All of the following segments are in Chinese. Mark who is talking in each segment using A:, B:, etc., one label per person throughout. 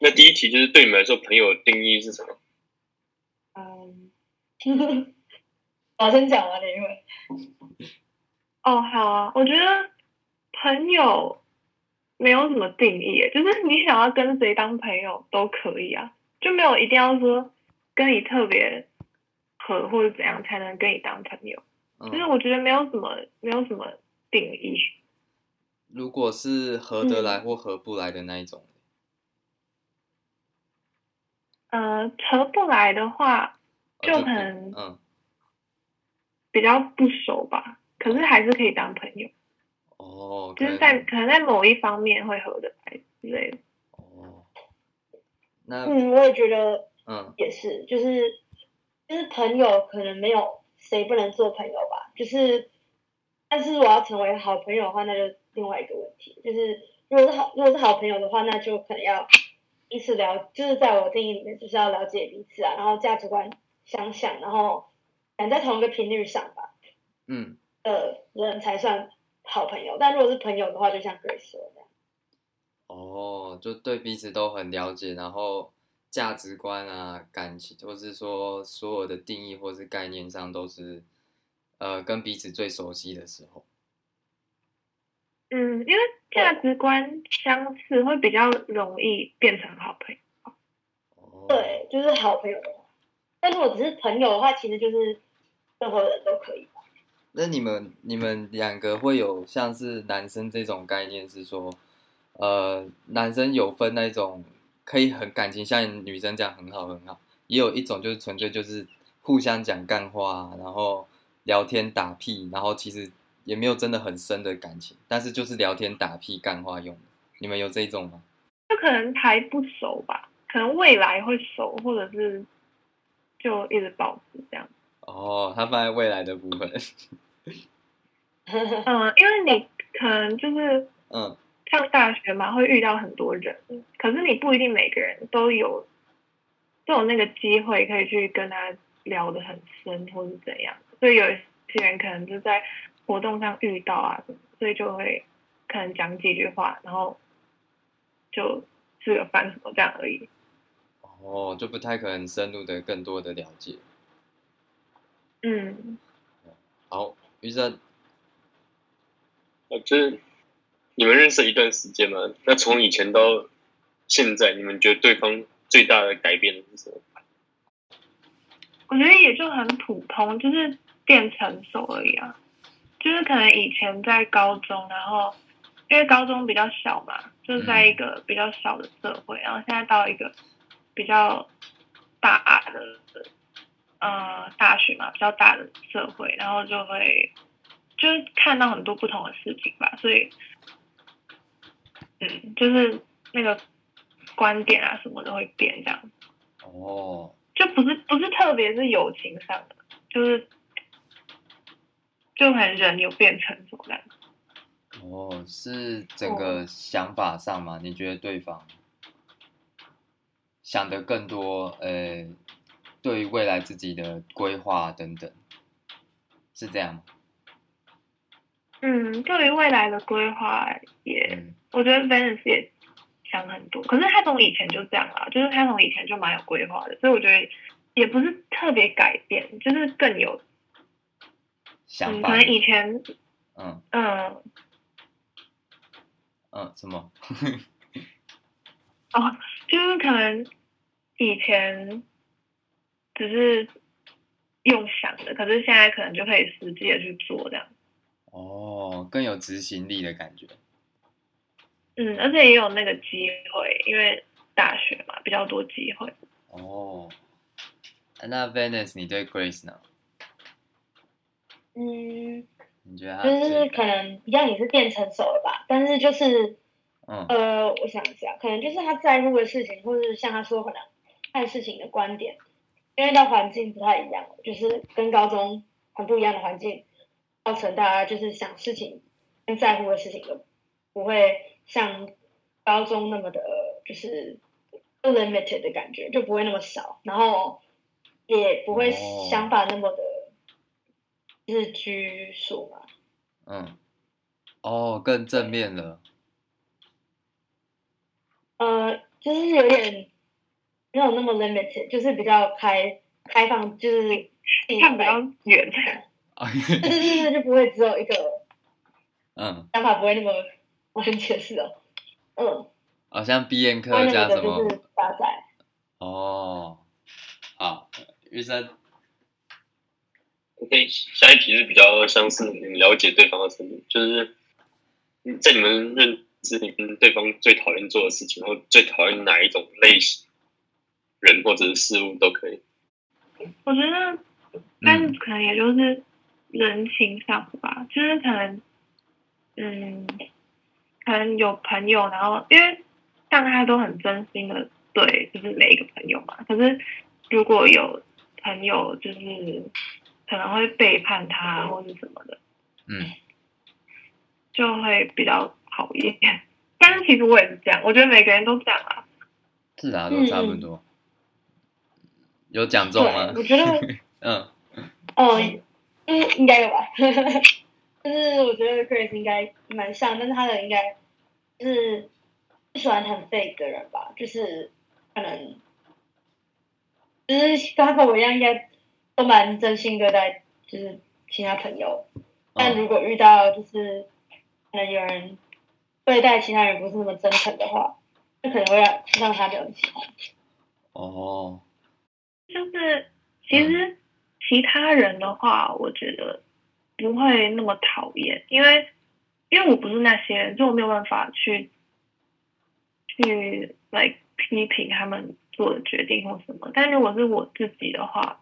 A: 那第一题就是对你们来说，朋友定义是什么？
B: 嗯，我先讲完了，因为
C: 哦，好啊，我觉得朋友没有什么定义耶，就是你想要跟谁当朋友都可以啊，就没有一定要说跟你特别合或者怎样才能跟你当朋友，
D: 嗯
C: 就是我觉得没有什么没有什么定义。
D: 如果是合得
C: 嗯
D: 来或合不来的那一种，
C: 呃，合不来的话
D: 哦
C: 就
D: 不
C: 很
D: 嗯
C: 比较不熟吧，可是还是可以当朋友，
D: 哦，
C: 就是
D: 可以
C: 在可能在某一方面会合得来之类的。
D: 哦，那
B: 嗯，我也觉得
D: 嗯
B: 也是，就是就是朋友可能没有谁不能做朋友吧，就是但是我要成为好朋友的话，那就另外一个问题，就是如果是好如果是好朋友的话，那就可能要彼此了，就是在我定义里面就是要了解彼此啊，然后价值观相像，然后可能在同一个频率上吧
D: 嗯，
B: 的人才算好朋友，但如果是朋友的话，就像 Grace 说的。
D: 哦，就对彼此都很了解，然后价值观啊、感情，或是说所有的定义或是概念上都是，呃，跟彼此最熟悉的时候。
C: 嗯，因为价值观相似会比较容易变成好朋友。
D: 哦，
B: 对，就是好朋友的话。但如果只是朋友的话，其实就是任何人都可以。
D: 那你们你们两个会有像是男生这种概念，是说，呃，男生有分那种可以很感情像女生这样很好很好，也有一种就是纯粹就是互相讲干话，然后聊天打屁，然后其实也没有真的很深的感情，但是就是聊天打屁干话用的。你们有这种吗？
C: 就可能还不熟吧，可能未来会熟，或者是就一直保持这样。
D: 哦，他放在未来的部分，
C: 嗯，因为你可能就是
D: 嗯，
C: 上大学嘛，会遇到很多人，可是你不一定每个人都有都有那个机会可以去跟他聊得很深，或是怎样。所以有些人可能就在活动上遇到啊，所以就会可能讲几句话，然后就吃个饭什么这样而已。
D: 哦，就不太可能深入的更多的了解。
C: 嗯，
D: 好，于正，
A: 呃，就是你们认识一段时间嘛，那从以前到现在，你们觉得对方最大的改变是什么？
C: 我觉得也就很普通，就是变成熟而已啊。就是可能以前在高中，然后因为高中比较小嘛，就是在一个比较小的社会，然后现在到一个比较大的呃大学嘛，比较大的社会，然后就会就是看到很多不同的事情吧，所以嗯，就是那个观点啊什么的会变这样。
D: 哦。
C: 就不是不是特别是友情上的，就是就很人有变成熟这样。
D: 哦，是整个想法上吗？你觉得对方想的更多，呃，对于未来自己的规划等等，是这样吗？
C: 嗯，对于未来的规划也，
D: 嗯，
C: 我觉得 Venice 也想很多，可是他从以前就这样啦，就是他从以前就蛮有规划的，所以我觉得也不是特别改变，就是更有，
D: 想
C: 嗯，
D: 法，
C: 可能以前，
D: 嗯
C: 嗯，
D: 嗯，什么？
C: 就是可能以前只是用想的，可是现在可能就可以实际的去做这样。
D: 哦，更有执行力的感觉。
C: 嗯，而且也有那个机会，因为大学嘛比较多机会。
D: 哦，啊那 Venice，你对 Grace 呢？
B: 嗯，
D: 你觉得她
B: 就是
D: 最
B: 可能一样也是变成熟了吧，但是就是
D: 嗯
B: 呃，我想一下，可能就是他在乎的事情，或是像他说可能看事情的观点，因为到环境不太一样，就是跟高中很不一样的环境，造成大家就是想事情跟在乎的事情都不会像高中那么的，就是不 limited 的感觉，就不会那么少，然后也不会
D: 哦
B: 想法那么的，就是拘束嘛。
D: 嗯，哦，更正面了。
B: 呃，就是有点没有那么 limited，就是比较开开放，就是自己
C: 看比较远。
B: 对对对对，就不会只有一个
D: 嗯，
B: 想法，不会那么我很解释哦。 嗯，
D: 好像 B N 课
B: 关于
D: 加
B: 那
D: 什
B: 个
D: 么
B: 就是发展，
D: 哦，好，玉生，
A: OK，下一题是比较像是你们了解对方的程度，就是你在你们认知里面，对方最讨厌做的事情，或最讨厌哪一种类型人或者是事物都可以。
C: 我觉得，但是可能也就是人情上吧，就是可能，嗯，可能有朋友，然后因为像他都很真心的对，就是每一个朋友嘛。可是如果有朋友就是可能会背叛他或者什么的，
D: 嗯，
C: 就会比较讨厌。 但是其实我也是这样，我觉得每个人都这样啊。
D: 自然都差不多，有讲
B: 对
D: 中吗，？
B: 我觉得
D: 嗯，
B: 嗯，嗯，应该有吧。 就是我觉得 Chris 应该蛮像，但是他的应该就是不喜欢很 fake 的人吧，就是可能就是跟他跟我一样，应该都蛮真心对待，就是其他朋友。但
D: 嗯
B: 如果遇到就是可能有人对待其他人不是那么真诚的话，就可能会让让他没有很喜欢。
D: 哦，
C: 就是其实其他人的话，我觉得不会那么讨厌，因为因为我不是那些人，就我没有办法去去来批评他们做的决定或什么。但如果是我自己的话，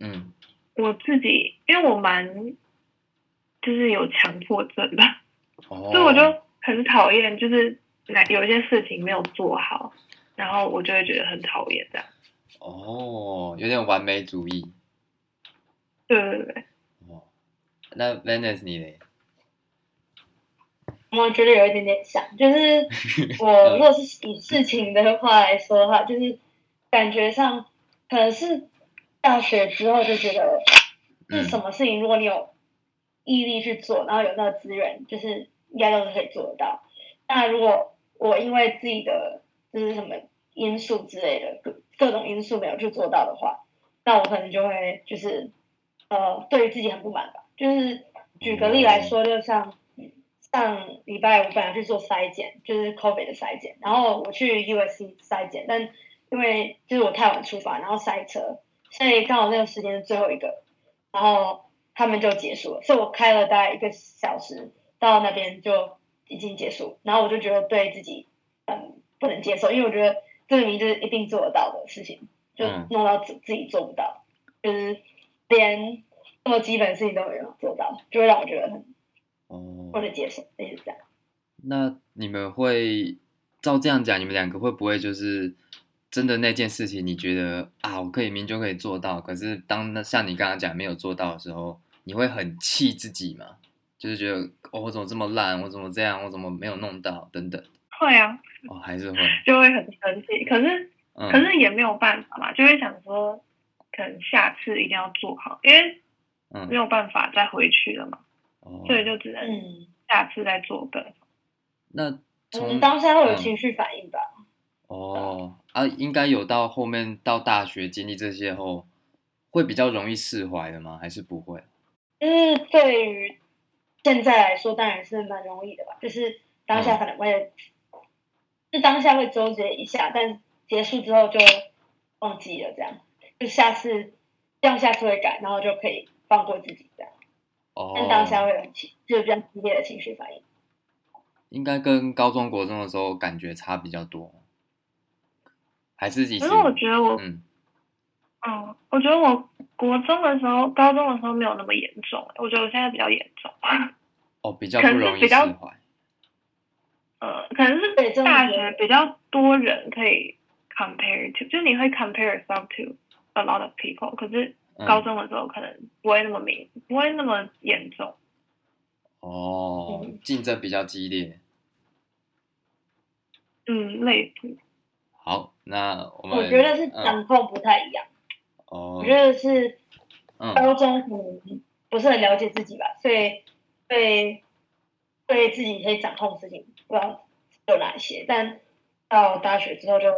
D: 嗯，
C: 我自己因为我蛮就是有强迫症吧，
D: 哦，
C: 所以我就很讨厌，就是哪有一些事情没有做好，然后我就会觉得很讨厌这样。
D: 哦，有点完美主义
C: 对对对，
D: 哦。那 Venice 你嘞？
B: 我觉得有一点点像，就是 我
D: 嗯
B: 如果是以事情的话来说的话，就是感觉上可能是大学之后就觉得，是
D: 嗯
B: 什么事情如果你有毅力去做，然后有那个资源，就是应该都是可以做得到。那如果我因为自己的就是什么因素之类的各各种因素没有去做到的话，那我可能就会就是呃对于自己很不满吧。就是举个例来说，就像上礼拜我本来去做筛检，就是 COVID 的筛检，然后我去 USC 筛检，但因为就是我太晚出发，然后塞车，所以刚好那个时间是最后一个，然后他们就结束了，所以我开了大概一个小时到那边就已经结束，然后我就觉得对自己嗯不能接受，因为我觉得这个明明就是一定做得到的事情，就
D: 嗯
B: 弄到自自己做不到，就是连这么基本的事情都没有做到，就会让我觉得很
D: 哦，
B: 不能接受，类似这样。
D: 那你们会照这样讲，你们两个会不会就是真的那件事情，你觉得啊，我可以明就可以做到，可是当那像你刚刚讲没有做到的时候，你会很气自己吗？就是觉得哦，我怎么这么烂，我怎么这样，我怎么没有弄到等等，
C: 会啊，
D: 哦，还是会，
C: 就会很生气。可是可
D: 嗯
C: 是也没有办法嘛，就会想说，可能下次一定要做好，因为没
D: 嗯，
C: 有办法再回去了嘛，
D: 哦，
C: 所以就只能
B: 嗯，
C: 下次再做呗。
D: 那
B: 我们
D: 从
B: 当下会有
D: 嗯
B: 情绪反应吧。
D: 哦啊，应该有到后面到大学经历这些后，会比较容易释怀的吗？还是不会？
B: 就是嗯对于现在来说，当然是蛮容易的吧。就是当
D: 嗯
B: 下可能会，就当下会纠结一下，但结束之后就忘记了，这样就下次这样下次会改，然后就可以放过自己这样。
D: 哦，
B: 但当下会有情，就是比较激烈的情绪反应。
D: 应该跟高中国中的时候感觉差比较多，还是以
C: 可
D: 前
C: 是我觉得我，
D: 嗯
C: 嗯，我觉得我国中的时候、高中的时候没有那么严重，我觉得我现在比较严重。
D: 哦比较不容易释
C: 可是
D: 怀
C: 呃，可能是
B: 对，真的
C: 大
B: 觉
C: 学
B: 得
C: 比较多人可以 compare to，就是你会 compare yourself to a lot of people，可是
D: 嗯
C: 高中的时候可能不会那么明，不会那么严重。
D: 哦
B: 嗯，
D: 竞争比较激烈。
C: 嗯，类似。
D: 好，那我们
B: 我觉得是
D: 嗯
B: 掌控不太一样，
D: 哦
B: 我觉得是
D: 嗯
B: 高中可能不是很了解自己吧，所以对对自己可以掌控的事情不知道有哪些，但到大学之后就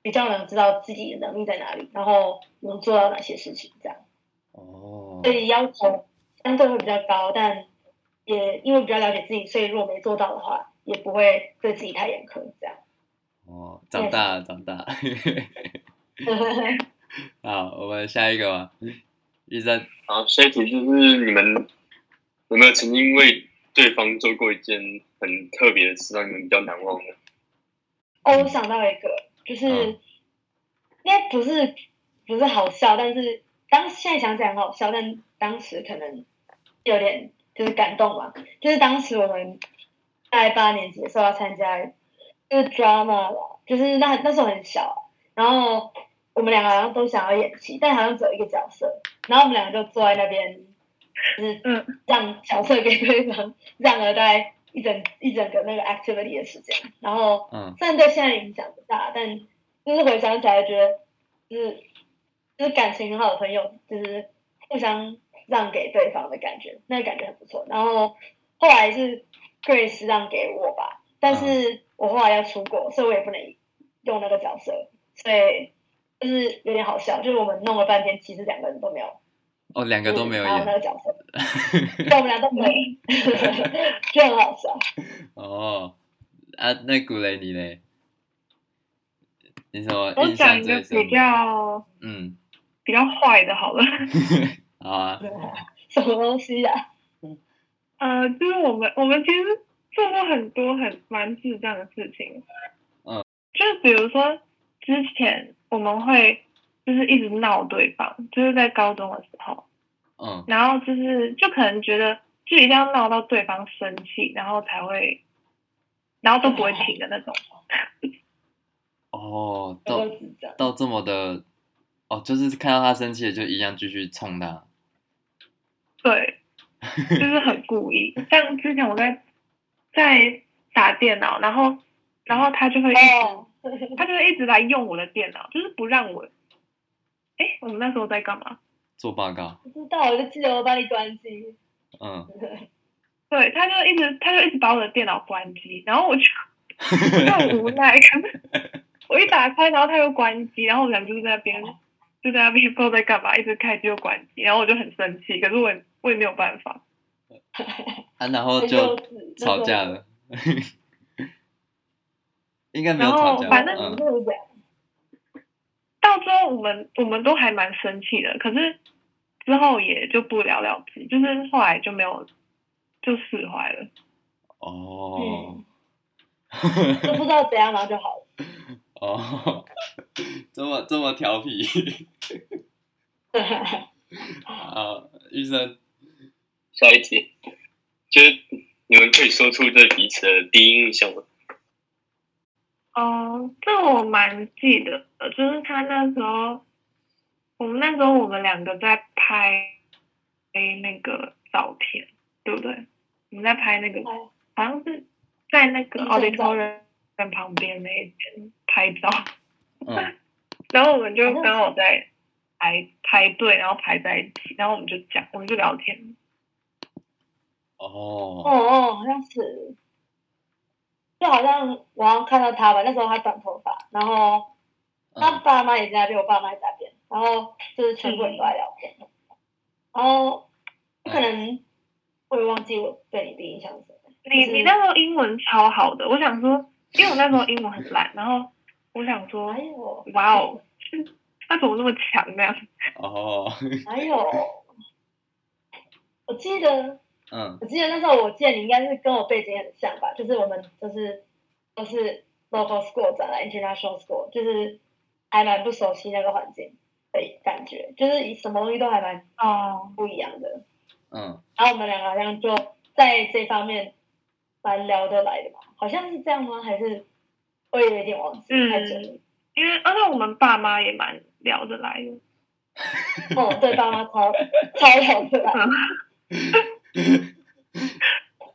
B: 比较能知道自己的能力在哪里，然后能做到哪些事情这样。
D: 哦
B: 所，以要求相对会比较高，但也因为比较了解自己，所以如果没做到的话，也不会对自己太严苛这样。
D: 哦，长大了，长大了。 好，我们下一个吧。医生，
A: 好，下一题就是你们有没有曾经为对方做过一件很特别的事，让你们比较难忘的？
B: 哦，我想到一个，就是、
D: 嗯
B: 应该不是不是好笑，但是当现在想起来很好笑，但当时可能有点就是感动吧。就是当时我们在八年级的时候要参加就是 drama 啦，就是那那时候很小，然后我们两个好像都想要演戏，但好像只有一个角色，然后我们两个就坐在那边，就是
C: 嗯
B: 让角色给对方，让了大概一整一整个那个 activity 的时间，然后。
D: 嗯，
B: 虽然对现在影响不大，但就是回想起来，觉得就是就是感情很好的朋友，就是互相让给对方的感觉，那个感觉很不错。然后后来是 Grace 让给我吧，但是我后来要出国，所以我也不能用那个角色，所以就是有点好笑，就是我们弄了半天，其实两个人都没有，
D: 哦，两个都没有
B: 拿到那
D: 演。
B: 个角色，对，我们俩都没有， 就很好笑。
D: 哦，啊，那古雷你嘞？你什么
C: 我
D: 印
C: 讲
D: 象
C: 一个
D: 最
C: 比
D: 深？
C: 较
D: 嗯，
C: 比较坏的，好了，
D: 好啊，
B: 什么东西啊？
C: 呃，就是我们我们其实做过很多很蛮智障的事情，
D: 嗯，
C: 就是比如说之前我们会就是一直闹对方，就是在高中的时候，
D: 嗯
C: 然后就是就可能觉得就一定要闹到对方生气，然后才会，然后都不会停的那种。
D: 哦，
B: 我
D: 到
B: 都知道。
D: 到这么的，哦，就是看到他生气了，就一样继续冲他。
C: 对，就是很故意。像之前我在在打电脑，然后然后他就会一直、
B: 哦，
C: 他就会一直来用我的电脑，就是不让我。哎，我们那时候在干嘛？
D: 做报告，
B: 不知道，我就记得我把你关机。
D: 嗯，
C: 对，他就一直他就一直把我的电脑关机，然后我就就很无奈，可是我一打开，然后他又关机，然后我们俩就在那边就在那边 不知道在干嘛，一直开机又关机，然后我就很生气，可是我也我也没有办法。
D: 啊，然后
B: 很
D: 就
B: 幼稚
D: 吵架。了， 应该没
C: 然
D: 有吵
C: 后
D: 架吧，
C: 反正
B: 那
D: 嗯
B: 时候就是
C: 到最后我们我们都还蛮生气的，可是之后也就不了了之，就是后来就没有就释怀了。嗯
D: 哦，
B: 这样，嗯就不知道怎样然后就 好了。
D: 哦， 这么这么调皮
B: 哎
D: 啊，医生，
A: 下一题就是你们可以说出对彼此的第一印象吗？
C: 哦，这我蛮记得的，就是他那时候，我们那时候我们两个在拍那个照片，对不对？我们在拍那个，
B: 哦
C: 好像是在那个
B: 地
C: 奥利
B: 震
C: 超
B: 照
C: 人旁边那一边拍照，
D: 嗯，
C: 然后我们就
B: 好像
C: 刚好在排排队，然后排在一起，然后我们就讲，我们就聊天，
B: 哦
D: 哦，
B: 哦，好像是，就好像我好像看到他吧，那时候他短头发，然后他
D: 嗯，
B: 爸妈也在那边，我爸妈也在那边，然后就是全部人都在聊天，然后可
D: 哎
B: 能我也忘记我对你第一印象是什么。
C: 你
B: 就是
C: 你那时候英文超好的，我想说，因为我那时候英文很烂，然后我想说
B: 还，有，
C: 哇哦，他怎么那么强那样？
D: 哦，
B: 还有，哎我记得
D: 嗯，
B: 我记得那时候我见你应该是跟我背景很像吧，就是我们就是都是 local school 转来 international school，就是还蛮不熟悉那个环境的感觉，就是什么东西都还蛮
C: 哦，
B: 不一样的。
D: 嗯，
B: 然后我们两个好像就在这方面蛮聊得来的吧，好像是这样吗？还是我也有点忘记太久了。
C: 因为而且我们爸妈也蛮聊得来的，
B: 哦，对，爸妈超超聊得来，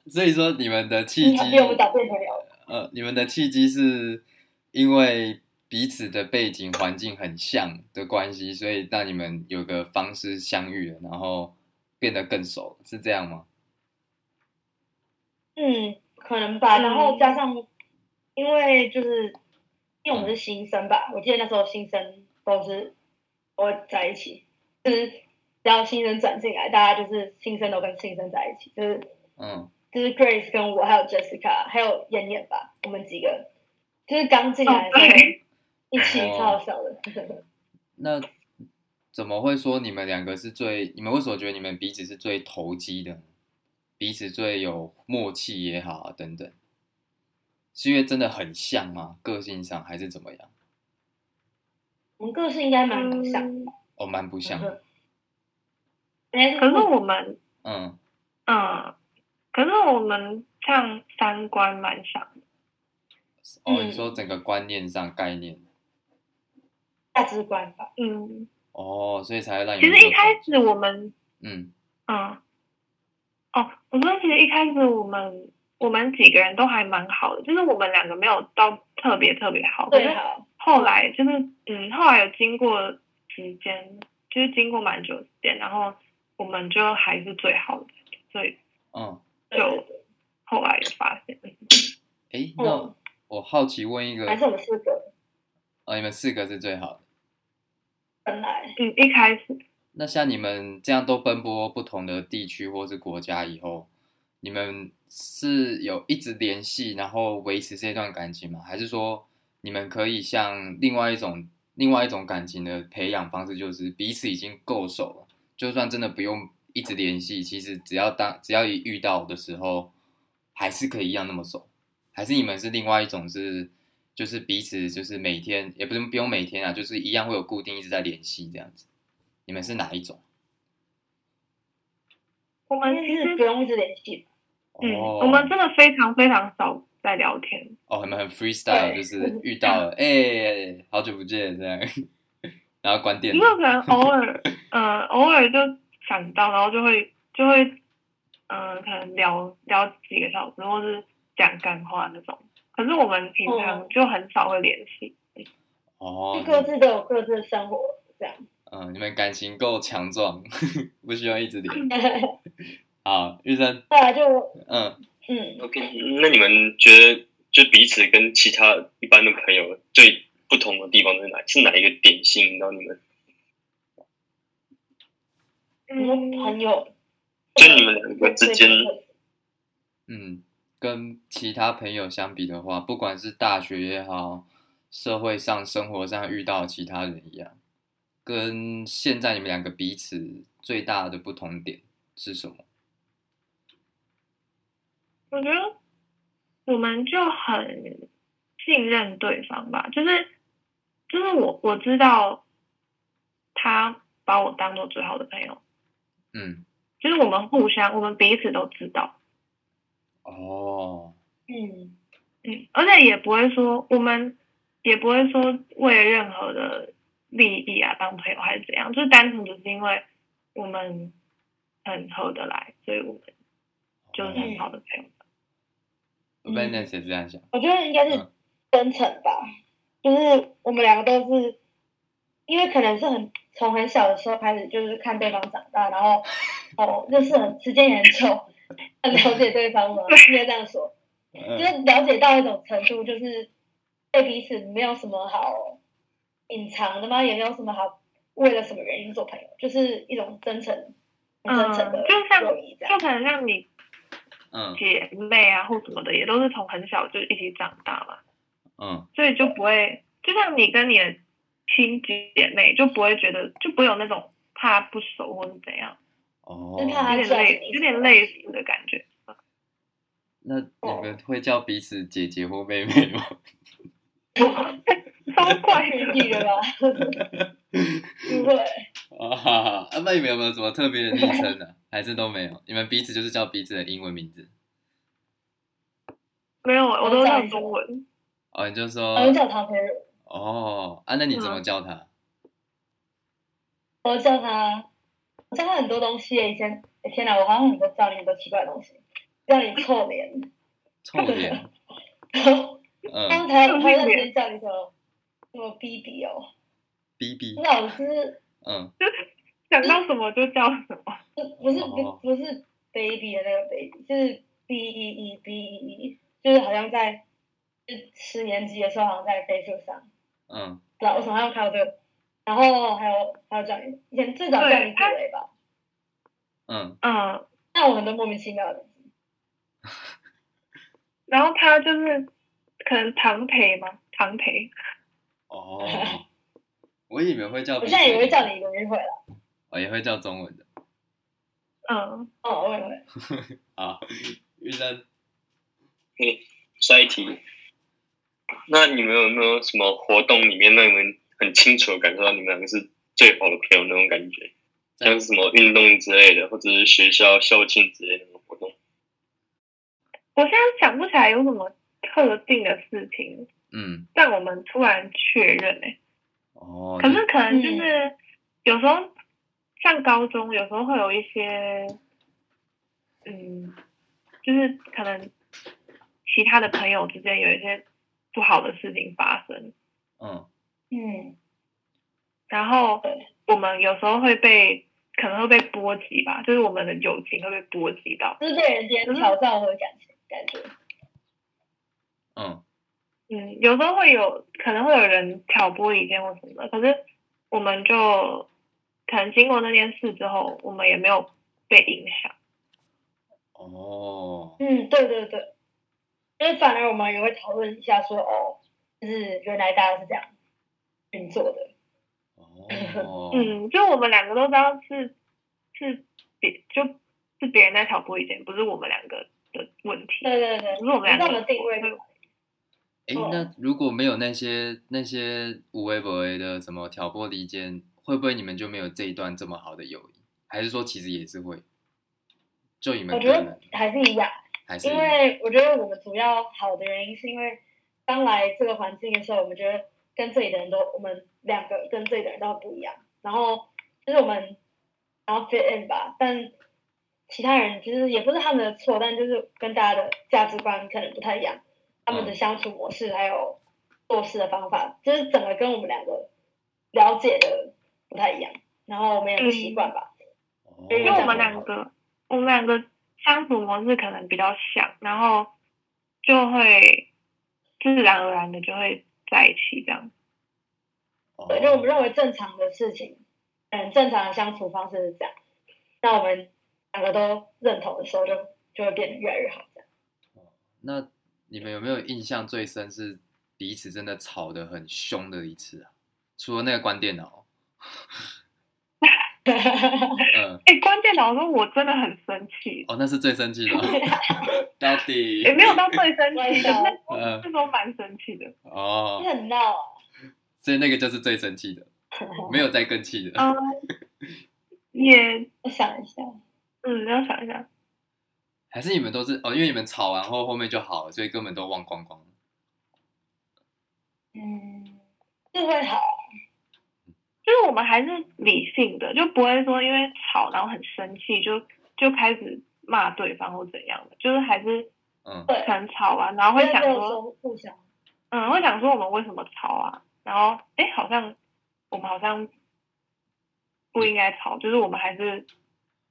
D: 所以说你们的契
B: 比
D: 机
B: 比我，们早变成聊了。
D: 呃，你们的契机是因为彼此的背景环境很像的关系，所以让你们有个方式相遇了，然后变得更熟，是这样吗？
B: 嗯，可能吧。
C: 嗯
B: 然后加上，因为就是因为我们是新生吧，我记得那时候新生都是我在一起，就是只要新生转进来，大家就是新生都跟新生在一起，就是
D: 嗯
B: 就是 Grace 跟我还有 Jessica 还有妍妍吧，我们几个就是刚进来的
C: 哦
B: 时候
C: 对
B: 一起
D: 哦
B: 超好笑的。
D: 那怎么会说你们两个是最？你们为什么觉得你们彼此是最投机的呢？彼此最有默契也好啊，等等，是因为真的很像吗？个性上还是怎么样？
B: 我们个性应该蛮像，
C: 嗯
D: 哦，蛮不像的。
B: 应该是
C: 可是我们，
D: 嗯，
C: 嗯，可是我们像三观蛮像的，
D: 哦，
B: 嗯
D: 你说整个观念上概念，
B: 价值观吧。
C: 嗯，
D: 哦，所以才会让你
C: 其
D: 们
C: 实一
D: 这么
C: 开
D: 投机
C: 始我们
D: 嗯
C: 嗯，哦，我说其实一开始我们我们几个人都还蛮好的，就是我们两个没有到特别特别好，可
B: 对
C: 是
B: 好，
C: 后来就是嗯，后来有经过时间，就是经过蛮久的时间，然后我们就还是最好的，所以
D: 嗯，
C: 就后来发现，
D: 诶，那
B: 嗯，
D: 我好奇问一个，
B: 还是我们四个
D: 呃，你们四个是最好的。
B: 本来
C: 嗯，一开始
D: 那像你们这样都奔波不同的地区或是国家以后，你们是有一直联系，然后维持这段感情吗？还是说你们可以像另外一种另外一种感情的培养方式，就是彼此已经够熟了，就算真的不用一直联系，其实只要当只要一遇到的时候，还是可以一样那么熟。还是你们是另外一种是，就是彼此就是每天也不是不用每天啊，就是一样会有固定一直在联系这样子。你们是哪一种？
C: 我们
B: 应该
C: 嗯其
B: 是
C: 实
B: 不用一直联系，
C: 嗯，
D: 哦，
C: 我们真的非常非常少在聊天，
D: 哦，你们很 freestyle，
B: 对
D: 就是遇到了，哎、好久不见这样，然后关店
C: 嗯因为
D: 了
C: 可能偶尔，呃，偶尔就想到，然后就会就会，呃，可能聊聊几个小时，或是讲干话那种。可是我们平常
B: 哦
C: 就很少会联系，
D: 哦
B: 就，各自都有各自的生活 这样。
D: 嗯，你们感情够强壮， 不需要一直
C: 嗯
D: 连。好，玉生，
B: 后来啊就
D: 嗯，
B: 嗯，
A: OK，那你们觉得就彼此跟其他一般的朋友最不同的地方是哪？是哪一个点吸引到你们？
B: 我们朋友
A: 就嗯你们两个之间，
D: 嗯，跟其他朋友相比的话，不管是大学也好，社会上、生活上遇到其他人一样，跟现在你们两个彼此最大的不同点是什么？
C: 我觉得我们就很信任对方吧，就是就是我我知道他把我当做最好的朋友，
D: 嗯，
C: 就是我们互相，我们彼此都知道。
D: 哦，
B: 嗯，
C: 嗯，而且也不会说我们也不会说为了任何的利益啊当朋友还是怎样，就是单纯只是因为我们很合得来，所以我们就是很好的朋友。
D: b e n e 也这样想，
B: 我觉得应该是
D: 嗯
B: 真诚吧，就是我们两个都是，因为可能是很从很小的时候开始就是看对方长大，然后哦认识很时间也很久， 很了解对方嘛，应该这样说。就
D: 嗯
B: 是了解到一种程度，就是对彼此没有什么好隐藏的嘛，也没有什么好为了什么原因做朋友，就是一种真诚、很真诚的
C: 嗯就像
B: 友谊这
C: 就
B: 样。
C: 可能像你
D: 嗯
C: 姐妹啊或什么的，也都是从很小就一起长大嘛，
D: 嗯，
C: 所以就不会，就像你跟你的亲姐妹就不会觉得就不会有那种怕不熟或是怎样，
D: 哦，
B: 就怕
C: 有点
B: 他
C: 类有点类似的感觉。
D: 那你们会叫彼此姐姐或妹妹吗？
C: 超怪
B: 是
C: 的，
B: 你的吧？ 不会，
D: 啊哈哈，啊那你们有没有什么特别的昵称呢？ 还是都没有？你们彼此就是叫彼此的英文名字
C: 没有，我都
B: 我找
C: 叫
B: 一下
C: 中文。
D: 哦，你就
B: 我
D: 说
B: 们叫唐培儒，
D: 哦啊，那你怎
B: 嗯
D: 么叫他？
B: 我叫他，我叫他很多东西耶。以前，哎天哪，我好像很多叫你很多奇怪的东西，叫你臭脸，
D: 臭 脸，嗯
B: 刚才他认真叫你什么什么 B B 哦，
D: ，B B，
B: 那我是。
D: 嗯，
C: 想到什么就叫什么。
B: 不不是
D: 哦
B: 不不是 baby 的那个 baby，就是 b e e b e e，就是好像在十年级的时候好像在 Facebook 上，
D: 嗯，
B: 对啊，我从上看到这个，然后还有还有讲以前最早叫
C: 对
B: 李子
C: 他
B: 维吧，
D: 嗯，
C: 嗯，
B: 那我很多莫名其妙的，
C: 然后他就是可能唐培嘛，唐培，
D: 哦，我以为会叫
B: 我
D: 彼
B: 现
D: 此的名字，
B: 在也会叫你刘玉慧了，
D: 哦，也会叫中文的
C: 嗯，
B: 哦，我也会，
D: 啊。玉 珍，
A: 下一题，那你们有没有什么活动里面让你们很清楚的感受到你们两个是最好的朋友那种感觉？像是什么运动之类的，或者是学校校庆之类的那种活动？
C: 我现在想不起来有什么特定的事情
D: 嗯，
C: 让我们突然确认欸诶、
D: 哦，
C: 可是可能就是有时候像高中，有时候会有一些，嗯，就是可能其他的朋友之间有一些不好的事情发生，
D: 嗯，
B: 嗯，
C: 然后
B: 对
C: 我们有时候会被可能会被波及吧，就是我们的友情会被波及到，
B: 就是对人间挑战我的感情感觉，
D: 嗯，
C: 嗯，有时候会有可能会有人挑拨离间或什么的，可是我们就可能经过那件事之后，我们也没有被影响，
D: 哦，
B: 嗯，对对对，就是反而我们也会讨论一下说，哦，就是原来大家是这样运作的，
D: 哦，，
C: 嗯，就我们两个都知道是是别就是别人在挑拨离间，不是我们两个的问题，
B: 对对对，
C: 不是我们
B: 知
C: 两
B: 道
C: 个
B: 我们定位就好
D: 诶，
B: 哦
D: 那如果没有那些那些无微不微的什么挑拨离间，会不会你们就没有这一段这么好的友谊？还是说其实也是会？就你们
B: 我觉
D: 个人
B: 得还是一样。
D: 还是
B: 因为我觉得我们主要好的原因是因为刚来这个环境的时候，我们觉得跟这里的人都，我们两个跟这里的人都很不一样。然后就是我们然后 fit in 吧，但其他人其实也不是他们的错，但就是跟大家的价值观可能不太一样，他们的
D: 嗯
B: 相处模式还有做事的方法，就是整个跟我们两个了解的不太一样。然后我们也不习惯吧，
D: 哦
B: 因
C: 因为我们两个我们两个相处模式可能比较像，然后就会自然而然的就会在一起这样。
D: 哦
B: 对，就我们认为正常的事情，嗯，正常的相处方式是这样。那我们两个都认同的时候就，就会变得越来越好。这样，
D: 那你们有没有印象最深是彼此真的吵得很凶的一次啊？除了那个关电脑， 嗯，
C: 哎、关键老师，我真的很生气，
D: 哦，那是最生气 的哦，到底
C: 也没有到最生
B: 我也
C: 气
B: 是哦
C: 的，那
D: 嗯
C: 那时候蛮生气的。
B: 你
D: 哦，
B: 很闹、啊，
D: 所以那个就是最生气的，没有再更气的。
C: 嗯，也
B: 我想一下，
C: 嗯，要想一下，
D: 还是你们都是哦，因为你们吵完后后面就好了，所以根本都忘光光。
B: 嗯，是会好啊，
C: 就是我们还是理性的，就不会说因为吵然后很生气就就开始骂对方或怎样的，就是还是
D: 嗯，
B: 对
C: 可，能吵完然后会
B: 因为
C: 想
B: 只有
C: 说，
B: 说互 相，
C: 嗯，会想说我们为什么吵啊？然后哎，诶好像我们好像不应该吵，就是我们还是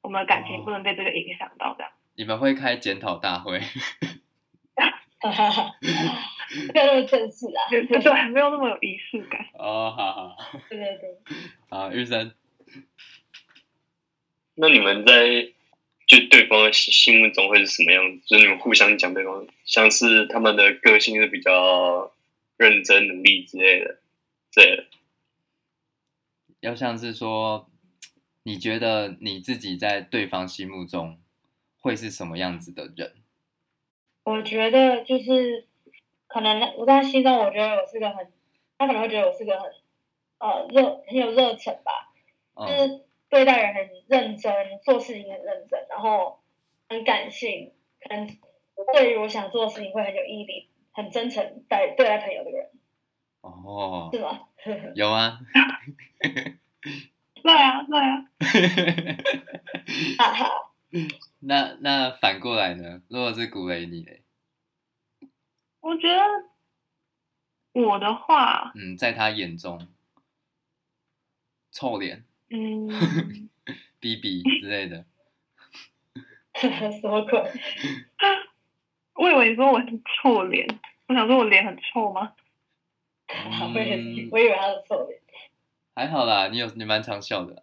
C: 我们的感情不能被这个影响到这样。
D: 你们会开检讨大会，
B: 哈哈哈，不要那么正式啊，
C: 对对对，没有那么有仪式感。
D: 哦，好好
B: 对对对，
D: 好，玉生，
A: 那你们在就对方的心心目中会是什么样子？就是你们互相讲对方，像是他们的个性是比较认真、努力之类的，之类的。
D: 要像是说，你觉得你自己在对方心目中会是什么样子的人？
B: 我觉得就是可能我在心中，我觉得我是个很，他可能会觉得我是个很，呃，热很有热忱吧，就
D: 嗯
B: 是对待人很认真，做事情很认真，然后很感性，可能对于我想做的事情会很有毅力，很真诚待对待朋友的人，
D: 哦
B: 是，吗？
D: 有啊，
C: 对啊，对啊，
B: 哈哈，
D: 那那反过来呢？如果是古雷你嘞，
C: 我觉得我的话，
D: 嗯，在他眼中，臭脸、
C: 嗯，
D: 逼逼之 类的，
B: 什么鬼？
C: 我以为你说我很臭脸，我想说我脸很臭吗？
B: 我也
D: 嗯
B: 我以为他是臭脸，
D: 还好啦，你有你蛮常笑的啊、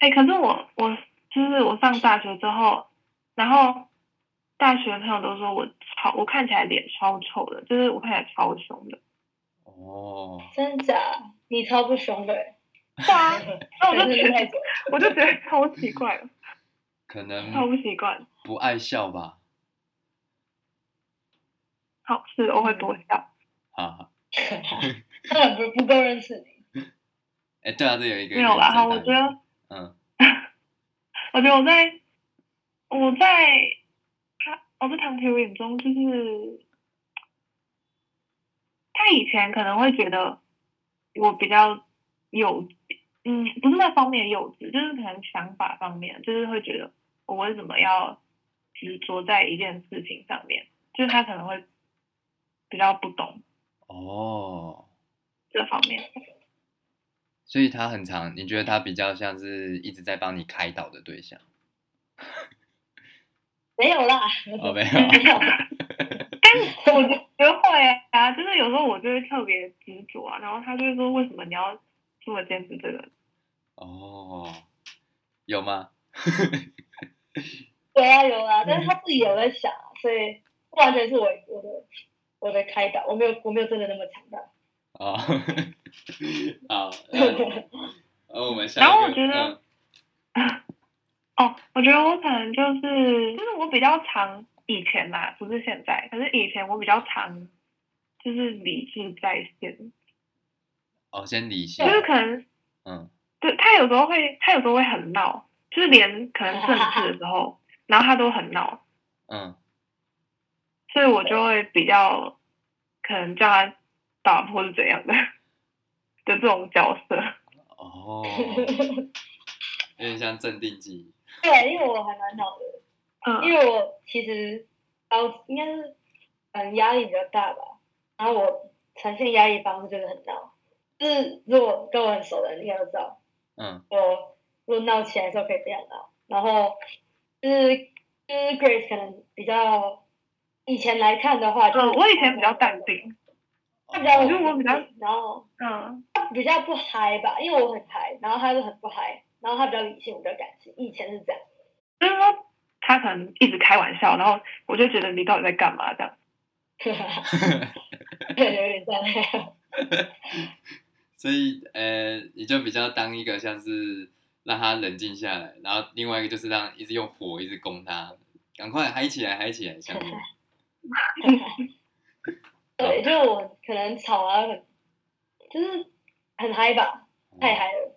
C: 哎、可是我我就是我上大学之后，然后大学朋友都说我超，我看起来脸超臭的，就是我看起来超凶的。
D: 哦，
B: 真假？你超不凶的欸，
C: 对啊，那我就觉
B: 真的太
C: 得， 我就觉得超奇怪了，
D: 可能
C: 超不习惯。
D: 不爱笑吧，
C: 好，是我会多笑。
D: 哈哈。
B: 他很不不够认识你，
D: 哎、对啊，这有一个
C: 没有啦，
D: 原
C: 好，
D: 则
C: 我
D: 在
C: 觉得，
D: 嗯，
C: 我觉呃得我在，我在，他，我在唐铁伟眼中就是，他以前可能会觉得我比较幼稚，嗯，不是那方面的幼稚，就是可能想法方面，就是会觉得我为什么要执着在一件事情上面，就是他可能会比较不懂
D: 哦，
C: 这方面。
D: 所以他很常，你觉得他比较像是一直在帮你开导的对象？
B: 没有啦，
D: 哦，没
B: 没
D: 有，
B: 有啦，
C: 我觉得会啊，就是有时候我就会特别执着啊，然后他就会说为什么你要这么坚持这个？
D: 哦，有吗？
B: 有啊有啊，
C: 嗯
B: 但是他自己有在想啊，所以不完全是我我的我的开导，我没有我没有真的那么强大，
D: 哦，好，呃，呃我们下一
C: 然后我
D: 个嗯
C: 觉得哦，我觉得我可能就是就是我比较常以前啦，不是现在，可是以前我比较常就是理智在线，
D: 哦，先理性
C: 就，是可能
D: 嗯，
C: 对他有时候会他有时候会很闹，就是连可能政治的时候，然后他都很闹，
D: 嗯，
C: 所以我就会比较可能叫他打破是怎样的的这种角色。
D: 哦，有点像镇定剂，
B: 对，因为我还蛮脑的，因
C: 嗯，
B: 为我其实高应该是嗯压力比较大吧，然后我呈现压力方式就是很闹，就是如果跟我很熟的人应该都知道，
D: 嗯，
B: 我如果闹起来的时候可以这样闹，然后就是就是 Grace 可能比较以前来看的话，就是、
C: 嗯，我以前比较淡，定。
B: 他比较
C: 我觉得我比较
B: 然后
C: 嗯，
B: 他比较不嗨吧，因为我很嗨，然后他就很不嗨，然后他比较理性，我比较感性，以前是这样，
C: 就是说他可能一直开玩笑，然后我就觉得你到底在干嘛这样。
B: 对，有点这样。
D: 所以呃，你就比较当一个像是让他冷静下来，然后另外一个就是让一直用火一直攻他，赶快嗨起来，嗨起来，像我，
B: 对，就是我可能吵啊，很就是很嗨吧，太嗨了。
D: 嗯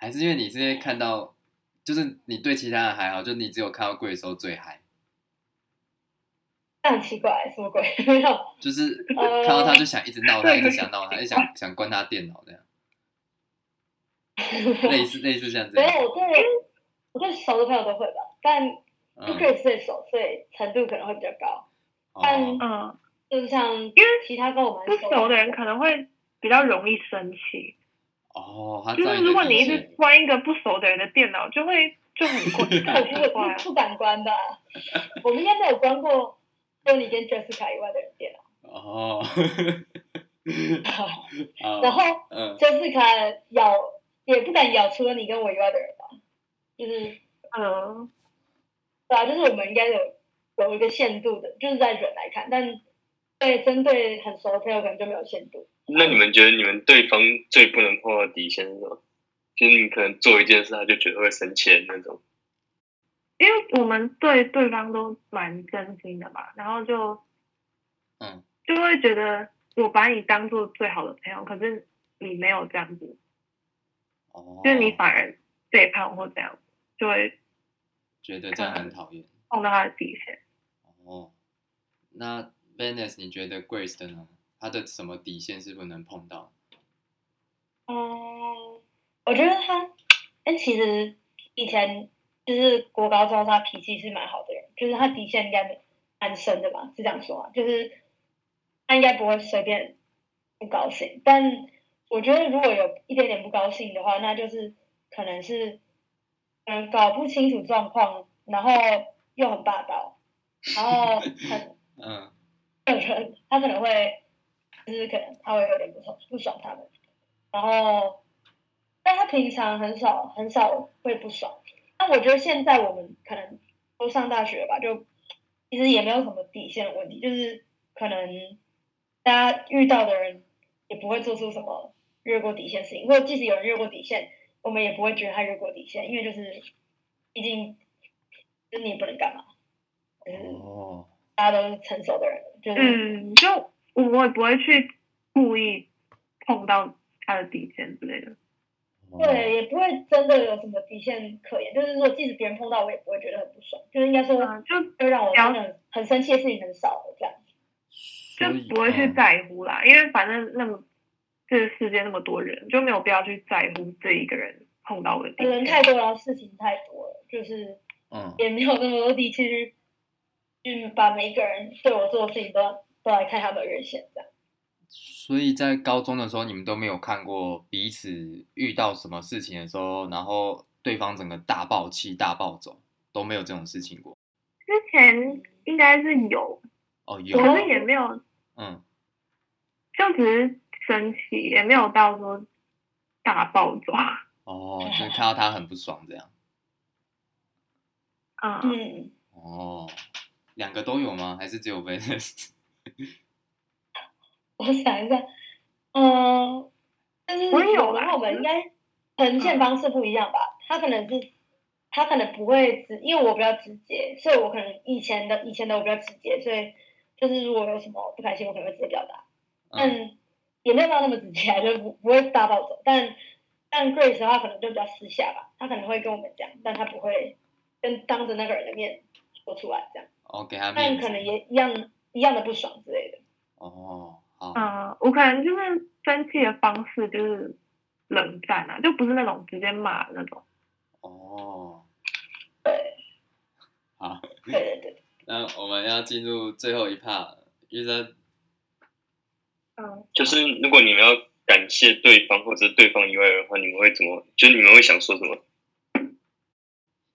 D: 还是因为你是看到，就是你对其他人还好，就你只有看到贵的时候最嗨，
B: 但很奇怪，什么鬼？ 没有，
D: 就是
B: 呃
D: 看到他就想一直闹他，
C: 对
D: 一直想闹他，一 直想想关他电脑这样，类似类似像这
B: 没
D: 样，
B: 有，我对我对熟的朋友都会吧，但就
D: 嗯，
B: Grace 最熟，所以程度可能会比较高。
D: 哦，
C: 嗯，
B: 就是像因
C: 为
B: 其他跟我蛮
C: 不熟的人
B: 可
C: 可能会比较容易生气，
D: 哦，他
C: 就是
D: 造
C: 如果
D: 的
C: 你一
D: 底
C: 直
D: 线
C: 关一个不熟的人的电脑，就会就很怪，就
B: 我
C: 很
B: 觉
C: 奇
B: 得
C: 怪啊
B: 不。不敢关吧。我们应该没有关过，只有你跟 Jessica 以外的人电脑。
D: 哦，
B: 啊
D: 哦，
B: 然后
D: 嗯，
B: Jessica 咬也不敢咬除了你跟我以外的人吧，啊就是
C: 嗯，
B: 对啊，就是我们应该有有一个限度的，就是在人来看，但对针对很熟的朋友可能就没有限度。
A: 那你们觉得你们对方最不能碰到的底线是什么？就是你可能做一件事，他就觉得会生气的那种。
C: 因为我们对对方都蛮真心的嘛，然后就
D: 嗯，
C: 就会觉得我把你当做最好的朋友，可是你没有这样子，
D: 哦，
C: 就是你反而背叛或怎样，就会
D: 觉得这样很讨厌。
C: 碰到他的底线。
D: 哦，那 Venice，你觉得 Grace 的呢？她的什么底线是不能碰到？
B: 嗯，我觉得他，哎，其实以前就是国高中的时候他脾气是蛮好的人，就是他底线应该蛮深的吧，是这样说啊，就是他应该不会随便不高兴，但我觉得如果有一点点不高兴的话，那就是可能是嗯搞不清楚状况，然后又很霸道，然后很
D: 嗯
B: 有人 他可能会，就是可能他会有点不爽不爽他们，然后，但他平常很少很少会不爽。但我觉得现在我们可能都上大学吧，就其实也没有什么底线的问题，就是可能大家遇到的人也不会做出什么越过底线的事情，或者即使有人越过底线，我们也不会觉得他越过底线，因为就是毕竟就是你也不能干嘛，就是
D: 哦，
B: 大家都是成熟的人，就是。
C: 嗯，就我也不会去故意碰到他的底线之类的。
D: 哦
B: 对，也不会真的有什么底线可言。就是说，即使别人碰到我，也不会觉得很不爽。就是应该说，
C: 嗯，就
B: 就让我真的很生气的事情很少了这样。
D: 所
C: 就
D: 以
C: 不会去
D: 嗯
C: 在乎啦，因为反正那么这个世界那么多人，就没有必要去在乎这一个人碰到我的底线
B: 人太多，然后事情太多了，就是
D: 嗯
B: 也没有那么多力气去去把每一个人对我做的事情都都来看他们的人线这样。
D: 所以在高中的时候，你们都没有看过彼此遇到什么事情的时候，然后对方整个大爆气、大暴走，都没有这种事情过。
C: 之
B: 嗯
C: 前应该是有，
D: 哦，有，
C: 可是也没有，
D: 嗯，
C: 就只是生气，也没有到说大暴走。
D: 哦，就是看到他很不爽这样。
C: 嗯，
B: 嗯，
D: 哦，两个都有吗？还是只有 Venus？
B: 我想一下，嗯，但是
C: 我也有
B: 的
C: 吧
B: 话，我们应该呈现方式不一样吧？他可能是，他可能不会直，因为我比较直接，所以我可能以前的以前的我比较直接，所以就是如果有什么不开心，我可能会直接表达，
D: 嗯，
B: 但也没有到那么直接啊，就不不会大暴走。但但 Grace 的话，可能就比较私下吧，他可能会跟我们讲，但他不会跟当着那个人的面说出来这样，
D: 哦，给他
B: 但
D: 面
B: 可能
D: 子。
B: 也一样一样的不爽之类的。
D: 哦，好，
C: 嗯，我可能就是生气的方式就是冷战啊，就不是那种直接骂的那种。
D: 哦，
B: 对
D: 好，
B: 对对对。
D: 那我们要进入最后一 part，了医生。
C: 嗯，
A: 就是如果你们要感谢对方或者是对方以外的话，你们会怎么？就是你们会想说什么？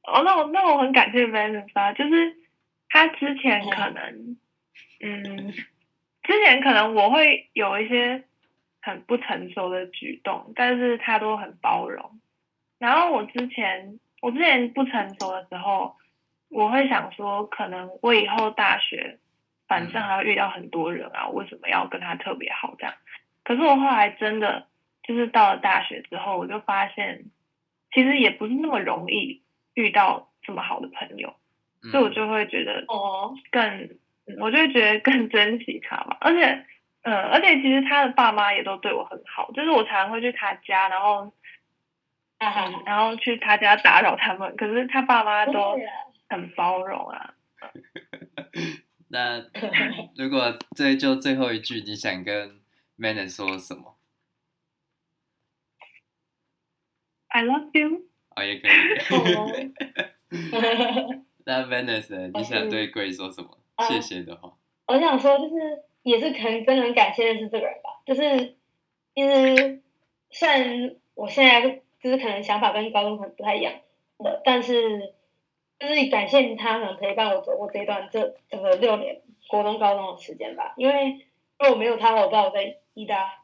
C: 哦，那我那我很感谢 Venus 啊，就是他之前可能，嗯，之前可能我会有一些很不成熟的举动，但是他都很包容。然后我之前我之前不成熟的时候，我会想说，可能我以后大学反正还会遇到很多人啊，为什么要跟他特别好这样？可是我后来真的就是到了大学之后，我就发现其实也不是那么容易遇到这么好的朋友，
D: 嗯
C: 所以我就会觉得
B: 哦，
C: 更，我就会觉得更 珍惜他吧。而且，呃，而且其实他的爸妈也都对我很好，就是我常常会去他家，然后
B: 哈哈
C: 嗯，然后去他家打扰他们，可是他爸妈都很包容啊。
D: 那如果最就最后一句，你想跟 Manon 说什么？
C: I love you。
D: 哦，也可以。
B: 哦
D: 那 Venus 呢？你想对贵说什么？
B: 嗯
D: 谢谢的话。
B: 我想说，就是也是可能真的很感谢认识这个人吧。就是其实虽然我现在就是可能想法跟高中可能不太一样的，但是就是感谢他能陪伴我走过这一段这整个六年国中高中的时间吧。因为如果没有他的话，我不知道我在医大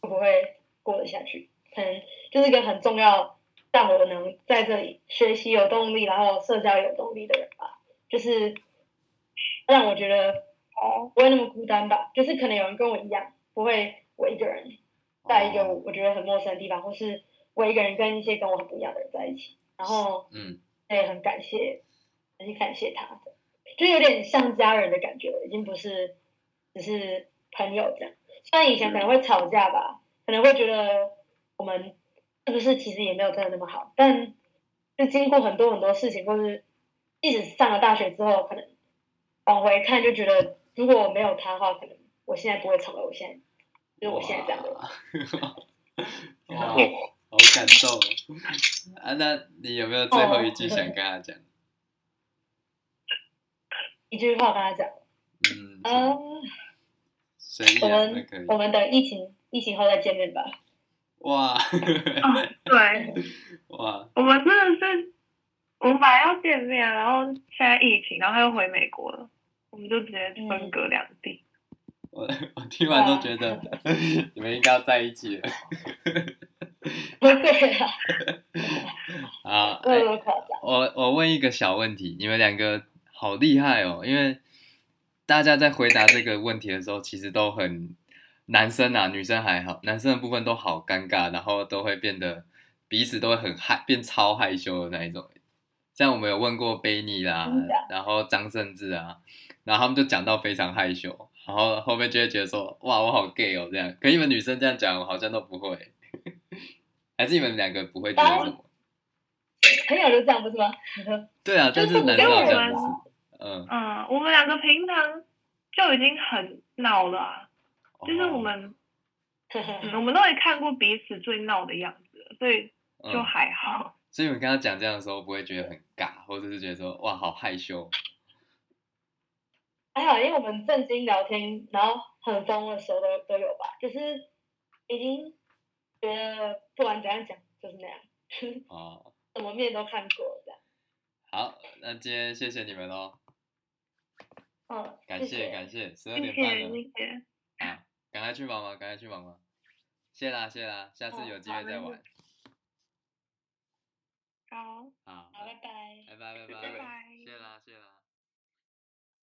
B: 会不会过得下去。可能就是一个很重要，让我能在这里学习有动力，然后社交有动力的人吧。就是让我觉得
C: 哦，
B: 不会那么孤单吧，就是可能有人跟我一样，不会我一个人在一个
D: 哦
B: 我觉得很陌生的地方，或是我一个人跟一些跟我很不一样的人在一起，然后
D: 嗯，
B: 也很感谢，很感谢他，就有点像家人的感觉了，已经不是只是朋友这样。虽然以前可能会吵架吧，可能会觉得我们是不是其实也没有真的那么好，但就经过很多很多事情，或是一直上了大学之后，可能往回看就觉得，如果我没有他的话，可能我现在不会成为我现在，就是我现在这样的人。
D: 哇。哇，
A: 哦
D: 好感动哦啊！那你有没有最后一
B: 哦
D: 句想跟他讲？
B: 一句话跟他讲，
D: 嗯，
B: 嗯，
D: 随意
B: 我
D: 啊，都
B: 们
D: 可以
B: 我。们等疫情疫情后再见面吧。
D: 哇
C: 对，
D: 哇，
C: 我们真的是，我们本来要见面，然后现在疫情，然后他又回美国了。我们就直接分隔两地。
D: 我我听完都觉得 你们应该要在一起了
B: 不会啊，
D: 啊！
B: 没
D: 哎
B: 有那么夸张。
D: 我我问一个小问题，你们两个好厉害哦，因为大家在回答这个问题的时候，其实都很男生啊，女生还好，男生的部分都好尴尬，然后都会变得彼此都会很害，变超害羞的那一种。像我们有问过贝尼啦
B: 真的，
D: 然后张胜志啊，然后他们就讲到非常害羞，然后后面就会觉得说，哇，我好 gay 哦这样。可你们女生这样讲，我好像都不会， 还是你们两个不会觉得什么？
B: 朋友都这样不是 吗？
D: 对啊，但
B: 就是
D: 是
B: 我
D: 男
C: 跟
D: 生好
C: 我
D: 像
C: 们
D: 不是，嗯，
C: 嗯，我们两个平常就已经很闹了啊，就是我们、
B: 哦
C: 嗯我们都会看过彼此最闹的样子了，所以
D: 哦
C: 就
D: 嗯
C: 还好。
D: 所以你跟他讲这样的时候，不会觉得很尬，或者是觉得说哇好害羞，
B: 还好，因为我们正经聊天，然后很疯的时候都都有吧，就是已经觉得不管怎样讲就是那样，
D: 哦。
B: 什么面都看过了这样。
D: 好，那今天谢谢你们喽，
B: 嗯，
D: 感
B: 谢
D: 谢
B: 谢
D: 感谢，十二
C: 谢
D: 点
C: 谢
D: 半了，
C: 谢谢，
D: 啊，赶快去忙忙，赶快去忙忙，谢啦谢啦，下次
B: 哦
D: 有机
B: 好
D: 会再
B: 没
D: 玩，
C: 好，
D: 好，
B: 好，拜拜。
D: 拜拜拜
C: 拜拜
D: 谢啦谢啦。